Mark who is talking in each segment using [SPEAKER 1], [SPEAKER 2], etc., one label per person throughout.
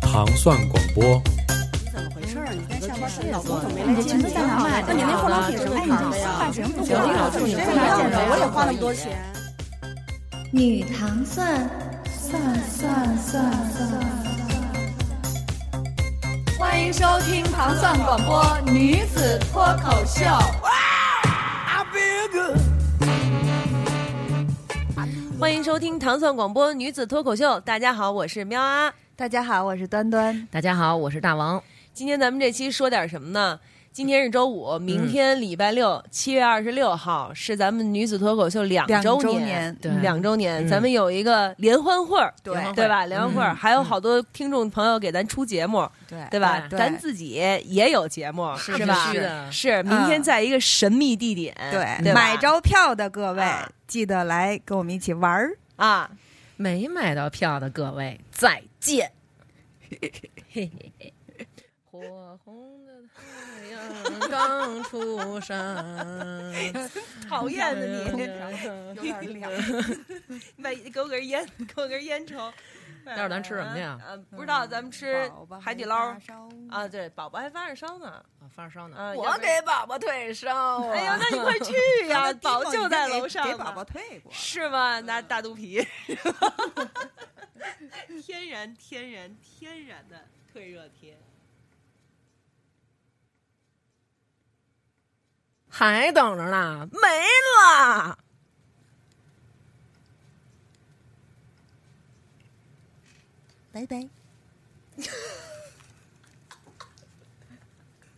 [SPEAKER 1] 糖蒜广播。
[SPEAKER 2] 怎么回事儿？你在下班睡，老公怎么没
[SPEAKER 3] 你
[SPEAKER 2] 来
[SPEAKER 3] 这
[SPEAKER 2] 接
[SPEAKER 3] 裙子在哪买的呀？
[SPEAKER 2] 那你那化妆品什么牌儿的呀
[SPEAKER 3] 办？什么不
[SPEAKER 2] 行，老师，你这个样子，我也花那么多钱。
[SPEAKER 4] 女糖蒜，蒜蒜蒜蒜。
[SPEAKER 3] 欢迎收听糖蒜广播女子脱口秀。
[SPEAKER 5] 欢迎收听糖蒜广播女子脱口秀。大家好，我是喵啊。
[SPEAKER 3] 大家好，我是端端。
[SPEAKER 6] 大家好，我是大王。
[SPEAKER 5] 今天咱们这期说点什么呢？今天是周五，明天礼拜六，七、月二十六号是咱们女子脱口秀两周
[SPEAKER 3] 两周年
[SPEAKER 6] 对
[SPEAKER 5] 两周年，
[SPEAKER 6] 嗯
[SPEAKER 5] 咱们有一个联欢会儿，
[SPEAKER 3] 对
[SPEAKER 5] 对吧？联欢会儿、还有好多听众朋友给咱出节目，
[SPEAKER 3] 对
[SPEAKER 5] 对吧？
[SPEAKER 3] 对
[SPEAKER 5] 咱自己也有节目，是
[SPEAKER 6] 哎是
[SPEAKER 5] 吧？
[SPEAKER 6] 是的
[SPEAKER 5] 是明天在一个神秘地点，
[SPEAKER 2] 对，
[SPEAKER 5] 对吧
[SPEAKER 2] 买着票的各位
[SPEAKER 5] 啊
[SPEAKER 2] 记得来跟我们一起玩儿。
[SPEAKER 5] 啊，
[SPEAKER 6] 没买到票的各位，再见。 火红的太阳刚出山，
[SPEAKER 5] 讨厌的你，
[SPEAKER 2] 有点凉。
[SPEAKER 5] 买给我根烟， 给我根烟抽。待
[SPEAKER 6] 待会儿咱吃什么去啊
[SPEAKER 5] 呃不知道，咱们吃海底捞。啊，对，宝宝还发着烧呢。
[SPEAKER 6] 发烧呢。
[SPEAKER 5] 啊，
[SPEAKER 3] 我
[SPEAKER 5] 要不然
[SPEAKER 3] 给宝宝退烧。
[SPEAKER 6] 啊
[SPEAKER 5] 哎呀，那你 快去呀，宝就在楼上呢。
[SPEAKER 2] 给宝宝退 过。
[SPEAKER 5] 是吗？拿大肚皮， 天然天然天然的退热贴。
[SPEAKER 6] 还等着呢，没了。
[SPEAKER 2] 拜拜。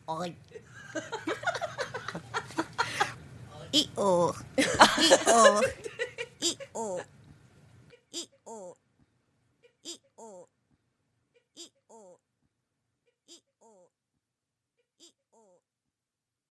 [SPEAKER 7] おい。
[SPEAKER 5] 哎
[SPEAKER 7] いお。いお。いお。
[SPEAKER 5] 哎